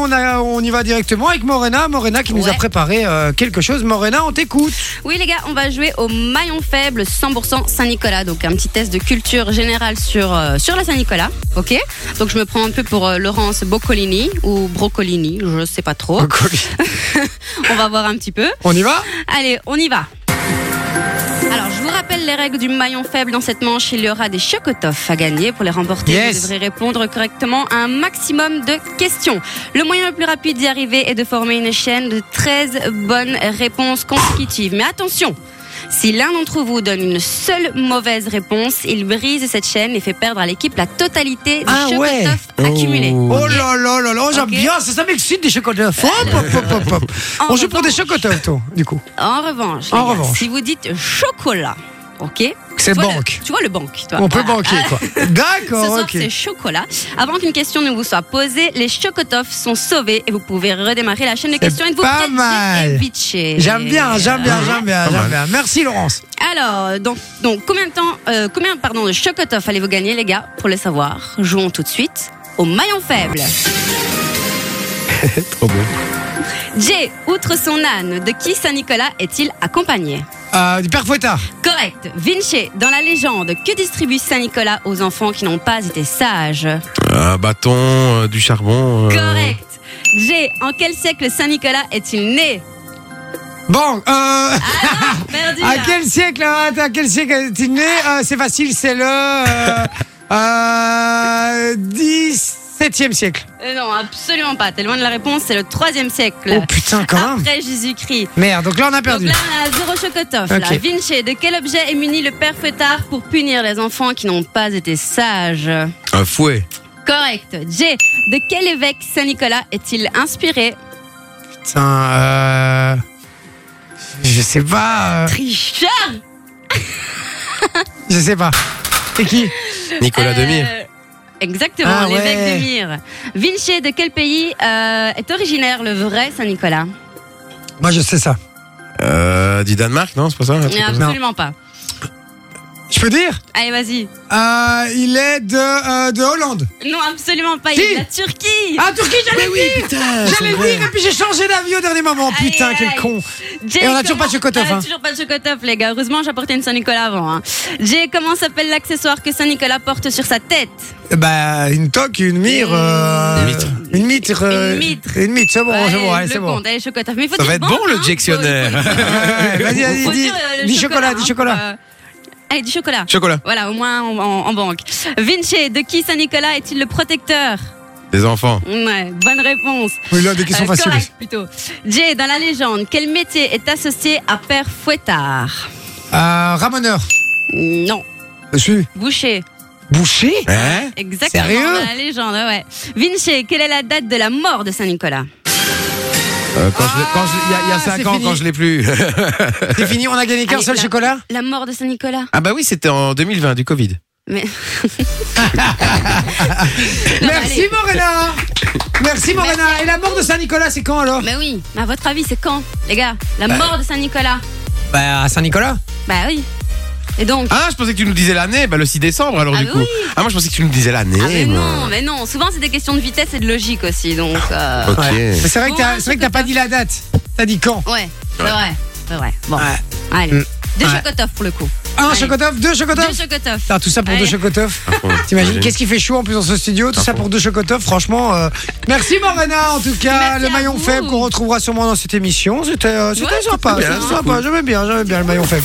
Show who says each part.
Speaker 1: on, a, on y va directement avec Morena. Morena qui nous a
Speaker 2: Ouais.
Speaker 1: préparé euh, quelque chose. Morena, on t'écoute.
Speaker 2: Oui les gars, on va jouer au maillon faible 100% Saint-Nicolas. Donc un petit test de culture générale sur, euh, sur la Saint-Nicolas. Ok Donc je me prends un peu pour euh, Laurence Boccolini ou Broccolini, je sais pas trop. on va voir un petit peu.
Speaker 1: On y va
Speaker 2: Allez, on y va. Alors, je vous rappelle les règles du maillon faible dans cette manche. Il y aura des chocotoffs à gagner. Pour les remporter,
Speaker 1: Yes.
Speaker 2: vous devrez répondre correctement à un maximum de questions. Le moyen le plus rapide d'y arriver est de former une chaîne de 13 bonnes réponses consécutives. Mais attention si l'un d'entre vous donne une seule mauvaise réponse, il brise cette chaîne et fait perdre à l'équipe la totalité des
Speaker 1: Ah ouais.
Speaker 2: chocotoffs accumulés.
Speaker 1: Oh là là là là, j'aime
Speaker 2: Ok.
Speaker 1: bien, ça, ça m'excite des chocotoffs. Hop, hop, hop, hop, hop.
Speaker 2: En
Speaker 1: On joue pour des
Speaker 2: revanche-
Speaker 1: chocotoffs, toi, du coup.
Speaker 2: En revanche,
Speaker 1: En
Speaker 2: les gars,
Speaker 1: revanche.
Speaker 2: si vous dites chocolat, ok
Speaker 1: C'est
Speaker 2: Tu vois le-
Speaker 1: banque.
Speaker 2: tu vois le banque, toi.
Speaker 1: On peut
Speaker 2: Voilà.
Speaker 1: banquer, quoi.
Speaker 2: Bah, Ce
Speaker 1: D'accord,
Speaker 2: soir,
Speaker 1: ok.
Speaker 2: c'est chocolat. Avant qu'une question ne vous soit posée, les chocotoffs sont sauvés et vous pouvez redémarrer la chaîne de questions et de vous
Speaker 1: pas
Speaker 2: catcher
Speaker 1: mal.
Speaker 2: et bitcher.
Speaker 1: J'aime bien, j'aime bien, j'aime bien,
Speaker 3: Pas
Speaker 1: j'aime
Speaker 3: mal.
Speaker 1: bien. Merci, Laurence.
Speaker 2: Alors, donc, donc combien de temps, euh, combien pardon, de chocotoffs allez-vous gagner, les gars Pour le savoir, jouons tout de suite au maillon faible.
Speaker 3: Trop bon.
Speaker 2: Jay, outre son âne, de qui Saint-Nicolas est-il accompagné
Speaker 1: Euh, du Père Fouettard.
Speaker 2: Correct. Vinci, dans la légende, que distribue Saint-Nicolas aux enfants qui n'ont pas été sages
Speaker 3: Un bâton, euh, du charbon. euh,
Speaker 2: Correct. Jay, en quel siècle Saint-Nicolas est-il né
Speaker 1: Bon, euh,
Speaker 2: Perdu,
Speaker 1: à
Speaker 2: là.
Speaker 1: quel siècle, euh, à quel siècle est-il né Euh, C'est facile, c'est le euh, euh, 17e siècle.
Speaker 2: Euh, non, absolument pas. T'es loin de la réponse, c'est le 3 siècle.
Speaker 1: Oh putain, quand même.
Speaker 2: Après Jésus-Christ.
Speaker 1: Merde, donc là on a
Speaker 2: Donc
Speaker 1: perdu.
Speaker 2: là, on a zéro chocotoff.
Speaker 1: Ok.
Speaker 2: Là. Vinci, de quel objet est muni le père fouettard pour punir les enfants qui n'ont pas été sages
Speaker 3: Un fouet.
Speaker 2: Correct. J. De quel évêque Saint-Nicolas est-il inspiré
Speaker 1: Putain, euh, je sais pas, euh,
Speaker 2: Richard
Speaker 1: je sais pas. C'est qui
Speaker 3: Nicolas
Speaker 2: Euh,
Speaker 3: Demire.
Speaker 2: Exactement,
Speaker 1: Ah
Speaker 2: l'évêque
Speaker 1: ouais.
Speaker 2: de Mire. Vinci, de quel pays euh, est originaire le vrai Saint-Nicolas
Speaker 1: Oh, Moi je sais ça.
Speaker 3: Euh, du Danemark, non, c'est pas ça un truc comme ça
Speaker 2: Absolument pas.
Speaker 1: Je peux dire
Speaker 2: Allez, vas-y.
Speaker 1: Euh, Il est de, euh, de Hollande.
Speaker 2: Non, absolument pas. Il est
Speaker 1: Si.
Speaker 2: de la Turquie.
Speaker 1: Ah Turquie, j'allais dire J'allais dire et puis j'ai changé d'avis au dernier moment.
Speaker 2: Aïe,
Speaker 1: Putain, quel
Speaker 2: aïe.
Speaker 1: con.
Speaker 2: Jay,
Speaker 1: Et on a toujours
Speaker 2: comment-
Speaker 1: pas de chocotof,
Speaker 2: On a
Speaker 1: hein.
Speaker 2: toujours pas de chocotof, les gars. Heureusement, j'apportais une Saint-Nicolas avant. Hein. Jay, comment s'appelle l'accessoire que Saint-Nicolas porte sur sa tête
Speaker 1: Bah, une toque, une mire. euh,
Speaker 3: Une mitre.
Speaker 1: Une mitre. euh,
Speaker 2: Une mitre.
Speaker 1: Une mitre, c'est bon,
Speaker 2: Ouais,
Speaker 1: c'est bon, allez,
Speaker 2: le
Speaker 1: c'est bon.
Speaker 2: compte, allez, chocotof. Mais faut
Speaker 3: Ça
Speaker 2: dire
Speaker 3: va être bon,
Speaker 2: hein.
Speaker 3: le
Speaker 2: Faut-
Speaker 3: dictionnaire.
Speaker 2: faut-
Speaker 1: Ouais, Vas-y,
Speaker 2: faut- faut
Speaker 1: vas-y, dis.
Speaker 2: dire, euh, le
Speaker 1: Dis chocolat, dis
Speaker 2: hein,
Speaker 1: chocolat.
Speaker 2: pour, euh, Allez, du chocolat.
Speaker 3: Chocolat.
Speaker 2: Voilà, au moins en, en- en banque. Vinci, de qui Saint-Nicolas est-il le protecteur
Speaker 3: Des enfants.
Speaker 2: Ouais, bonne réponse.
Speaker 1: Oui, là, des questions
Speaker 2: Euh,
Speaker 1: faciles.
Speaker 2: correct, plutôt. Jay, dans la légende, quel métier est associé à Père Fouettard
Speaker 1: Euh, ramoneur.
Speaker 2: Non,
Speaker 1: Je suis
Speaker 2: boucher.
Speaker 1: bouché
Speaker 3: Hein
Speaker 2: Exactement.
Speaker 1: Sérieux
Speaker 2: dans la légende, ouais. Vinci, quelle est la date de la mort de Saint-Nicolas
Speaker 3: Euh, quand je l'ai- quand je- Il y a- il y
Speaker 1: Ah,
Speaker 3: a 5
Speaker 1: c'est
Speaker 3: ans,
Speaker 1: fini.
Speaker 3: quand je l'ai plus.
Speaker 1: C'est fini, on a gagné qu'un
Speaker 2: Allez,
Speaker 1: seul
Speaker 2: là.
Speaker 1: chocolat
Speaker 2: La mort de Saint-Nicolas
Speaker 3: ah bah oui, c'était en 2020, du Covid.
Speaker 2: Mais
Speaker 1: Merci
Speaker 2: allez.
Speaker 1: Morena Merci Morena Et la mort de Saint-Nicolas, c'est quand alors
Speaker 2: mais oui, à votre avis, c'est quand, les gars La mort de Saint-Nicolas
Speaker 1: Bah, à Saint-Nicolas
Speaker 2: Bah oui. Et donc
Speaker 3: Ah, je pensais que tu nous disais l'année, bah le 6 décembre alors
Speaker 2: Ah
Speaker 3: du
Speaker 2: bah
Speaker 3: coup.
Speaker 2: oui.
Speaker 3: Ah, moi je pensais que tu nous disais l'année.
Speaker 2: Ah mais
Speaker 3: moi.
Speaker 2: non, mais non. Souvent, c'est des questions de vitesse et de logique aussi. Donc, euh,
Speaker 3: Ok.
Speaker 1: Ouais. Mais C'est vrai que
Speaker 2: Bon,
Speaker 1: t'as
Speaker 2: un
Speaker 1: c'est vrai que t'as pas dit la date. T'as dit quand
Speaker 2: ouais, c'est vrai. C'est vrai. Bon, allez.
Speaker 1: Mm.
Speaker 2: Deux
Speaker 1: Ouais.
Speaker 2: chocotoffs pour le coup.
Speaker 1: Un
Speaker 2: Allez.
Speaker 1: chocotoff, deux
Speaker 2: Deux
Speaker 1: chocotoffs
Speaker 2: chocotoffs.
Speaker 1: Putain, tout ça pour
Speaker 2: Allez.
Speaker 1: deux chocotoffs
Speaker 3: Ah, bon,
Speaker 1: T'imagines
Speaker 3: imagine.
Speaker 1: qu'est-ce qui fait chaud en plus dans ce studio Tout ça pour deux chocotoffs, franchement. euh, Merci Morena en tout cas,
Speaker 2: Merci
Speaker 1: le
Speaker 2: à
Speaker 1: maillon
Speaker 2: vous.
Speaker 1: faible qu'on retrouvera sûrement dans cette émission. C'était euh, c'était
Speaker 2: Ouais,
Speaker 1: sympa,
Speaker 3: c'était
Speaker 1: c'était
Speaker 3: bien,
Speaker 1: sympa. J'aimais bien, j'aimais bien le maillon faible.